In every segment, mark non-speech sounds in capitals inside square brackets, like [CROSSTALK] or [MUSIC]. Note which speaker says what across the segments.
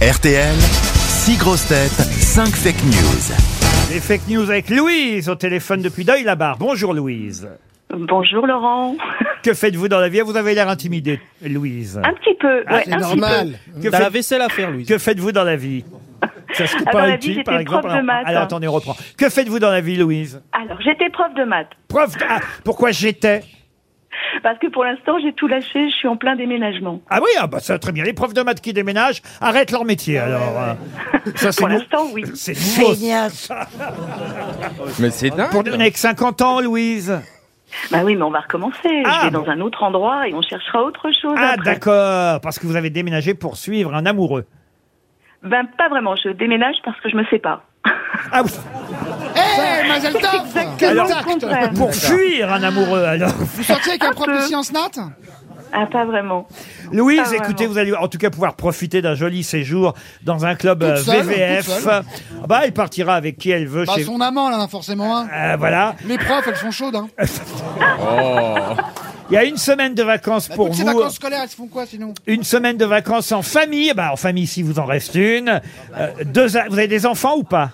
Speaker 1: RTL, 6 grosses têtes, 5 fake news.
Speaker 2: Les fake news avec Louise au téléphone depuis Deuil-la-Barre. Bonjour Louise.
Speaker 3: Bonjour Laurent. [LAUGHS]
Speaker 2: Que faites-vous dans la vie Ah, Vous avez l'air intimidée, Louise. Ah,
Speaker 3: Un petit peu. Ah, ouais, un petit peu.
Speaker 2: Que,
Speaker 4: T'as la
Speaker 2: faites-
Speaker 4: vaisselle à faire, Louise.
Speaker 2: que faites-vous dans la vie Ça se coupe
Speaker 3: Ah,
Speaker 2: pas
Speaker 3: dans la
Speaker 2: un
Speaker 3: vie,
Speaker 2: petit,
Speaker 3: j'étais
Speaker 2: par exemple.
Speaker 3: prof de
Speaker 2: Alors-
Speaker 3: maths. hein.
Speaker 2: Alors attendez, on reprend. Que faites-vous dans la vie, Louise
Speaker 3: Alors, j'étais prof de maths.
Speaker 2: Prof. de- Ah, pourquoi j'étais
Speaker 3: Parce que pour l'instant, j'ai tout lâché, je suis en plein déménagement.
Speaker 2: Ah oui, ah bah, ça très bien. Les profs de maths qui déménagent arrêtent leur métier. Alors, euh, ça c'est
Speaker 3: Pour
Speaker 2: nou-
Speaker 3: l'instant, oui.
Speaker 2: C'est nouveau.
Speaker 4: Mais c'est dingue.
Speaker 2: Pour donner que 50 ans, Louise.
Speaker 3: Bah oui, mais on va recommencer.
Speaker 2: Ah,
Speaker 3: je vais
Speaker 2: bon.
Speaker 3: dans un autre endroit et on cherchera autre chose
Speaker 2: Ah
Speaker 3: après.
Speaker 2: d'accord, parce que vous avez déménagé pour suivre un amoureux.
Speaker 3: Ben, pas vraiment, je déménage parce que je me sépare.
Speaker 2: Ah oui.
Speaker 5: Eh, Mazel Tov
Speaker 3: Exactement le contraire.
Speaker 2: Pour fuir un amoureux, alors.
Speaker 5: Vous sortiez avec un prof
Speaker 3: peu.
Speaker 5: de sciences nat
Speaker 3: Ah, pas vraiment.
Speaker 2: Louise,
Speaker 3: Pas vraiment.
Speaker 2: écoutez, vous allez en tout cas pouvoir profiter d'un joli séjour dans un club euh,
Speaker 5: seule,
Speaker 2: VVF.
Speaker 5: toute seule.
Speaker 2: Ah Bah, elle partira avec qui elle veut
Speaker 5: Bah,
Speaker 2: chez
Speaker 5: son amant, là, forcément. hein.
Speaker 2: Euh, voilà.
Speaker 5: Les profs, elles sont chaudes. Hein.
Speaker 2: Il y a une semaine de vacances
Speaker 5: Bah,
Speaker 2: pour
Speaker 5: toutes
Speaker 2: vous. hein.
Speaker 5: ces vacances scolaires, elles se font quoi, sinon
Speaker 2: Une semaine de vacances en famille. Bah, en famille, si vous en reste une. Euh, deux, a- vous avez des enfants ou pas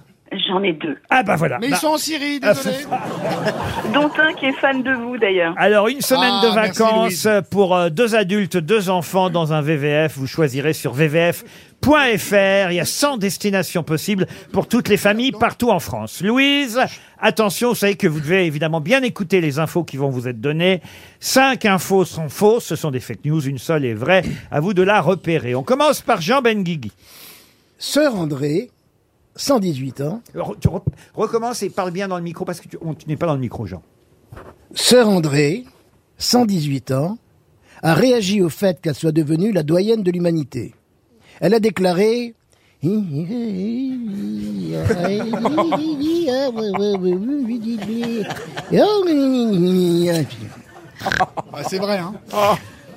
Speaker 3: J'en ai deux.
Speaker 2: Ah, bah voilà.
Speaker 5: Mais
Speaker 2: Bah,
Speaker 5: ils sont en Syrie, désolé.
Speaker 3: Dont un qui est fan de vous, d'ailleurs.
Speaker 2: Alors, une semaine
Speaker 5: Ah,
Speaker 2: de
Speaker 5: merci,
Speaker 2: vacances
Speaker 5: Louise.
Speaker 2: euh, pour euh, deux adultes, deux enfants dans un VVF. Vous choisirez sur vvf.fr. Il y a 100 destinations possibles pour toutes les familles partout en France. Louise, attention, vous savez que vous devez évidemment bien écouter les infos qui vont vous être données. Cinq infos sont fausses, ce sont des fake news, une seule est vraie. À vous de la repérer. On commence par Jean Benguigui.
Speaker 6: Sœur André, 118 ans.
Speaker 2: Re- tu re- recommences et parle bien dans le micro parce que tu, on- tu n'es pas dans le micro, Jean.
Speaker 6: Sœur André, 118 ans, a réagi au fait qu'elle soit devenue la doyenne de l'humanité. Elle a déclaré [LAUGHS]
Speaker 5: Bah, c'est vrai, hein.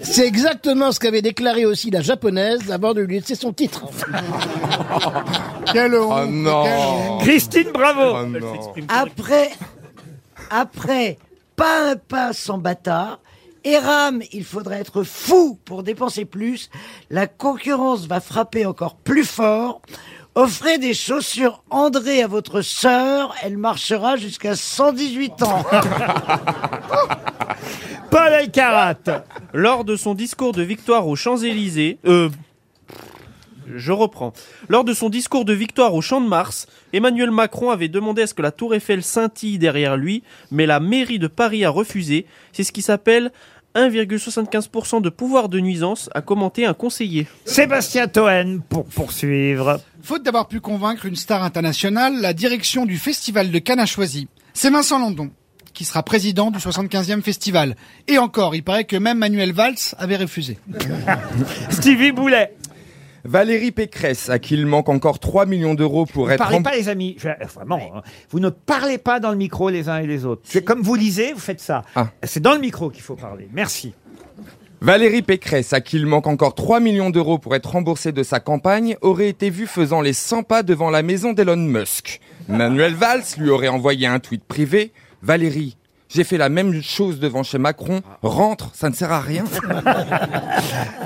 Speaker 6: C'est exactement ce qu'avait déclaré aussi la japonaise avant de lui laisser son titre.
Speaker 5: Quelle honte.
Speaker 7: Oh non.
Speaker 5: quelle honte.
Speaker 2: Christine, bravo.
Speaker 7: Oh non.
Speaker 8: Après, après, pas un pain sans bâtard. Eram, il faudrait être fou pour dépenser plus. La concurrence va frapper encore plus fort. Offrez des chaussures André à votre sœur, elle marchera jusqu'à 118
Speaker 6: [LAUGHS]
Speaker 8: ans.
Speaker 2: Paul Elkarat.
Speaker 4: Lors de son discours de victoire aux Champs-Élysées, euh, je reprends. Lors de son discours de victoire au Champ de Mars, Emmanuel Macron avait demandé à ce que la Tour Eiffel scintille derrière lui, mais la mairie de Paris a refusé. C'est ce qui s'appelle 1,75% de pouvoir de nuisance, a commenté un conseiller.
Speaker 2: Sébastien Toen pour poursuivre.
Speaker 5: Faute d'avoir pu convaincre une star internationale, la direction du Festival de Cannes a choisi. C'est Vincent Landon qui sera président du 75e festival. Et encore, il paraît que même Manuel Valls avait refusé.
Speaker 2: Stevie Boulet.
Speaker 7: Valérie Pécresse, à qui il manque encore 3 millions d'euros pour
Speaker 2: Ne
Speaker 7: être...
Speaker 2: parlez
Speaker 7: rem-
Speaker 2: pas, les amis. Je- euh, vraiment, hein. vous ne parlez pas dans le micro les uns et les autres. C'est comme vous lisez, vous faites ça.
Speaker 7: Ah.
Speaker 2: C'est dans le micro qu'il faut parler. Merci.
Speaker 7: Valérie Pécresse, à qui il manque encore 3 millions d'euros pour être remboursée de sa campagne, aurait été vue faisant les 100 pas devant la maison d'Elon Musk. Manuel Valls lui aurait envoyé un tweet privé. Valérie, j'ai fait la même chose devant chez Macron. Rentre, ça ne sert à rien.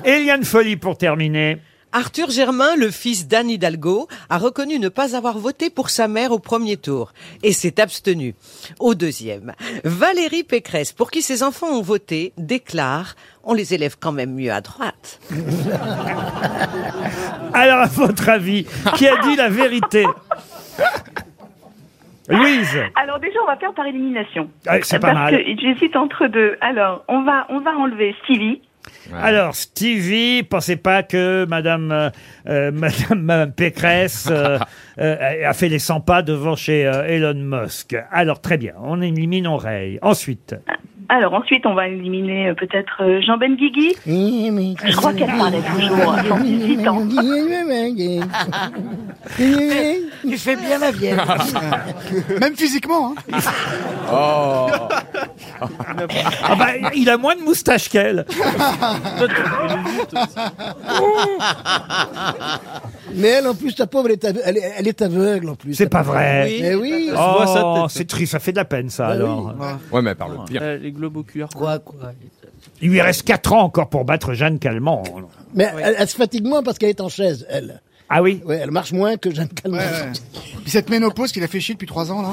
Speaker 2: Eliane Folly pour terminer.
Speaker 9: Arthur Germain, le fils d'Anne Hidalgo, a reconnu ne pas avoir voté pour sa mère au premier tour et s'est abstenu au deuxième. Valérie Pécresse, pour qui ses enfants ont voté, déclare on les élève quand même mieux à droite.
Speaker 2: Alors, à votre avis, qui a dit la vérité Louise.
Speaker 3: Alors, déjà, on va faire par élimination.
Speaker 2: Ah, C'est pas
Speaker 3: parce
Speaker 2: mal.
Speaker 3: que j'hésite entre deux. Alors, on va, on va enlever Stevie.
Speaker 2: Alors, Stevie, pensez pas que Madame, euh, euh, [LAUGHS] Madame, Madame Pécresse euh, euh, a fait les 100 pas devant chez euh, Elon Musk. Alors, très bien, on élimine Oreille. Ensuite,
Speaker 3: Alors, ensuite, on va éliminer euh, peut-être euh, Jean Benguigui. Je crois qu'elle parlait toujours à 118 ans.
Speaker 8: tu fais bien la vieille.
Speaker 5: Même physiquement, hein.
Speaker 2: ah bah, il a moins de moustache qu'elle.
Speaker 6: Mais elle, en plus, la pauvre, elle est aveugle, elle est, elle est aveugle, en plus.
Speaker 2: C'est pas vrai.
Speaker 4: Oui.
Speaker 6: Mais oui.
Speaker 4: se voit, ça,
Speaker 2: Oh,
Speaker 4: peut-être.
Speaker 2: c'est triste, ça fait de la peine ça alors.
Speaker 7: Ouais, mais parle bien.
Speaker 4: Euh, les globes oculaires.
Speaker 8: Quoi, quoi
Speaker 2: Il lui reste 4 ans encore pour battre Jeanne Calment.
Speaker 6: Mais elle, elle se fatigue moins parce qu'elle est en chaise, elle.
Speaker 2: Ah oui
Speaker 6: Ouais, elle marche moins que Jeanne Calment.
Speaker 5: Puis cette ménopause qu'il a fait chier depuis trois ans, là.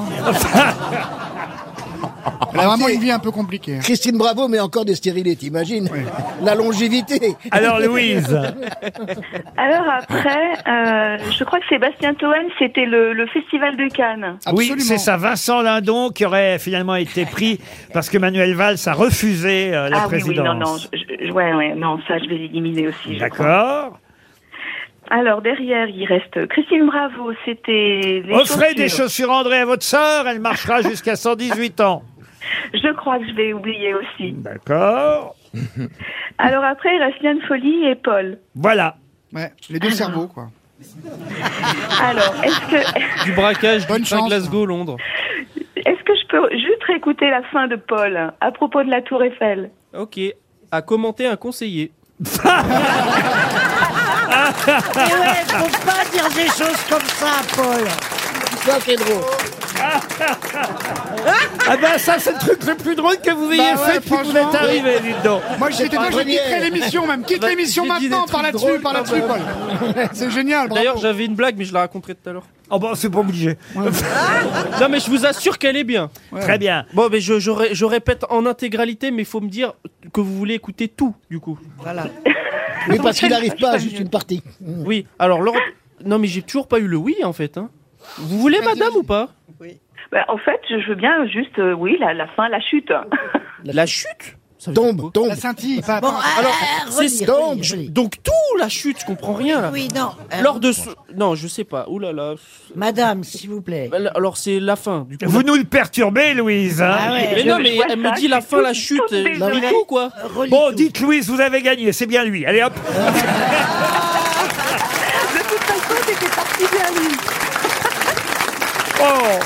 Speaker 5: Elle a vraiment une vie un peu compliquée.
Speaker 6: Christine Bravo met encore des stériles, t'imagines La longévité
Speaker 2: Alors, Louise.
Speaker 3: Alors après, euh, je crois que Sébastien Toen, c'était le, le festival de Cannes.
Speaker 2: Oui, c'est ça, Vincent Lindon qui aurait finalement été pris parce que Manuel Valls a refusé euh, la
Speaker 3: ah oui,
Speaker 2: présidence.
Speaker 3: oui, non, non, je- je- ouais, ouais, non, ça je vais l'éliminer aussi. je crois.
Speaker 2: D'accord.
Speaker 3: Alors derrière, il reste Christine Bravo, c'était les
Speaker 2: Offrez des chaussures André à votre sœur, elle marchera
Speaker 5: [LAUGHS]
Speaker 2: jusqu'à 118 ans.
Speaker 3: Je crois que je vais oublier aussi.
Speaker 2: D'accord.
Speaker 3: Alors après, il reste Yann Folie et Paul.
Speaker 2: Voilà.
Speaker 5: Ouais, les deux cerveaux, quoi.
Speaker 3: Alors, est-ce que [LAUGHS]
Speaker 4: Du braquage du train
Speaker 5: chance.
Speaker 4: Glasgow-Londres.
Speaker 3: Est-ce que je peux juste réécouter la fin de Paul à propos de la Tour Eiffel
Speaker 4: Ok. A commenté un conseiller.
Speaker 8: Mais Ah ouais, faut pas dire des choses comme ça, Paul.
Speaker 6: Ça, [LAUGHS] c'est drôle.
Speaker 2: Ah ben ça, c'est le truc le plus drôle que vous ayez
Speaker 5: Bah ouais,
Speaker 2: fait depuis que vous êtes
Speaker 5: franchement.
Speaker 2: arrivé, dites donc.
Speaker 5: Moi, j'étais
Speaker 6: pas
Speaker 5: là, j'ai
Speaker 6: grenier.
Speaker 5: quitté l'émission, même. Quitte l'émission
Speaker 4: j'ai dit des
Speaker 5: maintenant,
Speaker 4: trucs
Speaker 5: par là-dessus,
Speaker 4: drôles,
Speaker 5: par là-dessus, Paul. C'est génial, bravo.
Speaker 4: D'ailleurs, j'avais une blague, mais je la raconterai tout à l'heure.
Speaker 2: Oh ben, c'est pas obligé.
Speaker 4: Non, mais je vous assure qu'elle est bien.
Speaker 2: Très bien.
Speaker 4: Bon, mais je, je, ré- je répète en intégralité, mais il faut me dire que vous voulez écouter tout, du coup.
Speaker 8: Voilà.
Speaker 6: Oui, parce qu'il n'arrive pas à juste une partie.
Speaker 4: Oui, alors, Laurent... Non, mais j'ai toujours pas eu le oui, en fait. hein. Vous voulez,
Speaker 5: Vas-y,
Speaker 4: madame,
Speaker 5: vas-y.
Speaker 4: ou pas
Speaker 3: Bah, En fait, je veux bien juste, euh, oui, la, la fin, la chute.
Speaker 4: La chute Ça veut dire
Speaker 6: Tombe,
Speaker 4: quoi
Speaker 6: tombe.
Speaker 5: La scintille, pas,
Speaker 8: Bon, euh,
Speaker 5: pas-
Speaker 9: ah.
Speaker 8: alors,
Speaker 4: Ah, c'est
Speaker 6: donc,
Speaker 4: Donc tout, la chute, je comprends rien, là.
Speaker 8: Oui, non. euh,
Speaker 4: Lors de ce... Non, je sais pas. Ouh là là.
Speaker 8: Madame, s'il vous plaît.
Speaker 4: Alors, c'est la fin, du coup.
Speaker 2: Vous nous le perturbez, Louise. hein.
Speaker 8: Ah ouais.
Speaker 4: Mais
Speaker 3: Je-
Speaker 4: non,
Speaker 3: je
Speaker 4: mais
Speaker 3: vois
Speaker 4: elle
Speaker 3: ça,
Speaker 4: me dit la
Speaker 3: je suis
Speaker 4: fin, la
Speaker 3: toute-
Speaker 4: chute.
Speaker 3: toute
Speaker 4: euh,
Speaker 8: désolée.
Speaker 4: mais tout, quoi.
Speaker 8: Relis
Speaker 2: Bon,
Speaker 8: tout.
Speaker 2: dites Louise, vous avez gagné, c'est bien lui. Allez hop.
Speaker 3: De toute façon, c'était parti bien lui.
Speaker 2: Oh.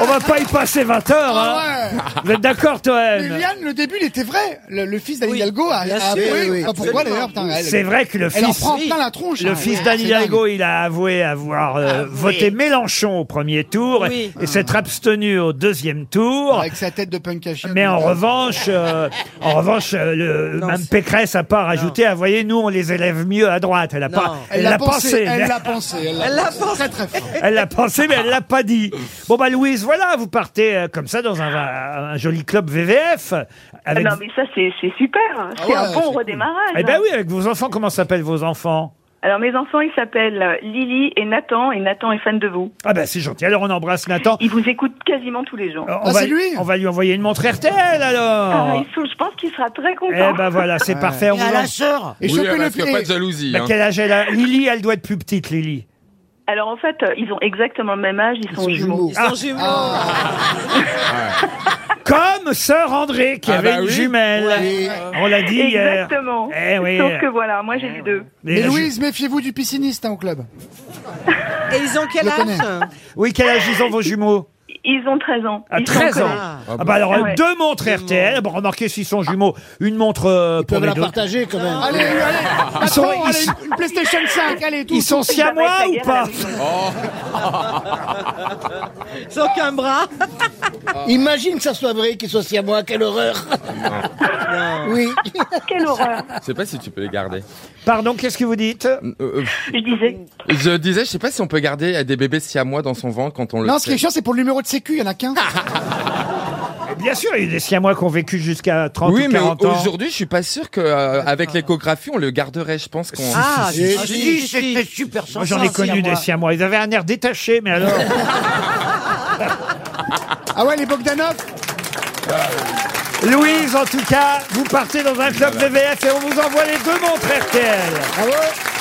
Speaker 2: On va pas y passer 20 heures. hein.
Speaker 5: Ah ouais.
Speaker 2: Vous êtes d'accord,
Speaker 5: Mais
Speaker 2: Toen
Speaker 5: Liane, le début, il était vrai. Le, le fils d'Anne
Speaker 9: Oui,
Speaker 5: Hidalgo a,
Speaker 9: bien
Speaker 5: a
Speaker 9: sûr.
Speaker 5: avoué.
Speaker 6: Oui, oui,
Speaker 5: Enfin, pourquoi d'ailleurs putain, elle-
Speaker 2: C'est vrai que le
Speaker 5: Elle en
Speaker 2: fils,
Speaker 5: prend plein la tronche.
Speaker 2: le
Speaker 5: hein.
Speaker 2: fils
Speaker 5: Ouais,
Speaker 2: d'Anne
Speaker 5: c'est Ah
Speaker 2: Hidalgo, il a avoué avoir euh, voté Mélenchon au premier tour
Speaker 9: Oui.
Speaker 2: et s'être abstenu au deuxième tour.
Speaker 5: dingue. Avec sa tête de punk à chien.
Speaker 2: Mais en revanche, euh, en revanche, euh, le,
Speaker 9: Non,
Speaker 2: Mme
Speaker 9: c'est-
Speaker 2: Pécresse n'a pas rajouté. Ah, voyez, nous, on les élève mieux à droite. Elle a
Speaker 9: Non.
Speaker 2: pas,
Speaker 5: Elle l'a pensé. Elle l'a pensé.
Speaker 9: Elle l'a pensé.
Speaker 5: Très très fort.
Speaker 2: [LAUGHS] Elle l'a pensé, mais elle l'a pas dit. Bon bah Louise, voilà, vous partez euh, comme ça dans un, un joli club VVF.
Speaker 3: Ah
Speaker 2: euh, Avec...
Speaker 3: [LAUGHS] Non, mais ça, c'est c'est super. hein.
Speaker 2: Ah
Speaker 3: C'est
Speaker 5: ouais,
Speaker 3: un
Speaker 5: c'est
Speaker 3: bon
Speaker 5: cool.
Speaker 3: redémarrage.
Speaker 2: Eh ben oui, avec vos enfants. Comment s'appellent vos enfants
Speaker 3: Alors, mes enfants, ils s'appellent euh, Lily et Nathan, et Nathan est fan de vous.
Speaker 2: Ah ben c'est gentil. Alors on embrasse Nathan.
Speaker 3: Ils vous écoutent quasiment tous les jours.
Speaker 2: Euh, On
Speaker 5: Ah,
Speaker 2: va,
Speaker 5: c'est lui
Speaker 2: on va lui envoyer une montre RTL
Speaker 3: Ah,
Speaker 2: alors.
Speaker 3: ils sont- je pense qu'il sera très
Speaker 2: eh
Speaker 3: content.
Speaker 2: ben voilà, c'est parfait. On
Speaker 8: Et
Speaker 2: vous
Speaker 8: à la
Speaker 2: lance-
Speaker 8: sœur.
Speaker 5: Et
Speaker 7: Oui, hein,
Speaker 5: choper le
Speaker 7: parce qu'il n'y a pas de
Speaker 5: fils.
Speaker 7: jalousie.
Speaker 2: Bah,
Speaker 7: hein.
Speaker 2: quel âge elle a Lily, elle doit être plus petite, Lily.
Speaker 3: Alors, en fait, euh, ils ont exactement le même âge, ils, sont, jumeaux.
Speaker 2: Ah,
Speaker 9: Ils sont jumeaux.
Speaker 2: Comme sœur André qui
Speaker 7: Ah,
Speaker 2: avait
Speaker 7: bah
Speaker 2: une
Speaker 7: oui.
Speaker 2: jumelle. Ah, On l'a dit hier.
Speaker 3: Exactement.
Speaker 2: Eh oui. Eh
Speaker 3: Sauf que voilà, moi j'ai les deux.
Speaker 2: Les-
Speaker 5: Mais Louise, méfiez-vous du pisciniste hein, au club.
Speaker 9: Et ils ont quel
Speaker 5: Je connais.
Speaker 9: âge
Speaker 2: Oui, quel âge ils ont vos jumeaux
Speaker 3: Ils ont 13 ans.
Speaker 2: À
Speaker 3: Ils sont
Speaker 2: 13 ans.
Speaker 3: collés.
Speaker 9: Ah.
Speaker 2: Ah bah alors,
Speaker 3: Ah ouais.
Speaker 2: deux montres RTL. Bon, remarquez, s'ils sont jumeaux, une montre euh,
Speaker 6: Ils
Speaker 2: pour
Speaker 6: peuvent
Speaker 2: les
Speaker 6: la
Speaker 2: deux.
Speaker 6: partager quand même.
Speaker 5: Allez, allez.
Speaker 2: Ils sont,
Speaker 5: attends,
Speaker 2: Ah, ils
Speaker 5: allez,
Speaker 2: sont-
Speaker 5: une- une PlayStation 5, allez, tout.
Speaker 2: ils sont
Speaker 3: Ça va être
Speaker 2: siamois
Speaker 3: la
Speaker 2: ou
Speaker 3: guerre à
Speaker 2: pas
Speaker 3: la maison.
Speaker 9: Ils ont qu'un bras.
Speaker 6: Imagine que ça soit vrai qu'il soit si à moi, quelle horreur Oui.
Speaker 3: Quelle horreur
Speaker 2: [LAUGHS]
Speaker 7: Je sais pas si tu peux les garder.
Speaker 2: Pardon, qu'est-ce que vous dites
Speaker 7: Euh, euh,
Speaker 3: Je disais.
Speaker 7: je disais, je sais pas si on peut garder euh, des bébés siamois dans son ventre quand on le
Speaker 5: Non, ce qui
Speaker 7: sait.
Speaker 5: est chiant, c'est pour le numéro de sécu, il y en a qu'un.
Speaker 2: Ah. Euh, Bien sûr, il y a des siamois qui ont vécu jusqu'à 30
Speaker 7: Oui,
Speaker 2: ou
Speaker 7: mais
Speaker 2: 40 ans.
Speaker 7: aujourd'hui, je suis pas sûr que euh, avec l'échographie, on le garderait. Je pense qu'on.
Speaker 9: Ah,
Speaker 6: si,
Speaker 9: si,
Speaker 8: Si,
Speaker 9: si, si.
Speaker 8: c'était super
Speaker 2: Moi,
Speaker 8: sympa.
Speaker 2: j'en ai connu des siamois. Ils avaient un air détaché, mais alors... [LAUGHS]
Speaker 5: Ah ouais, les Bogdanov.
Speaker 2: Louise, en tout cas, vous partez dans un club VVF et on vous envoie les deux montres RTL.
Speaker 6: Bravo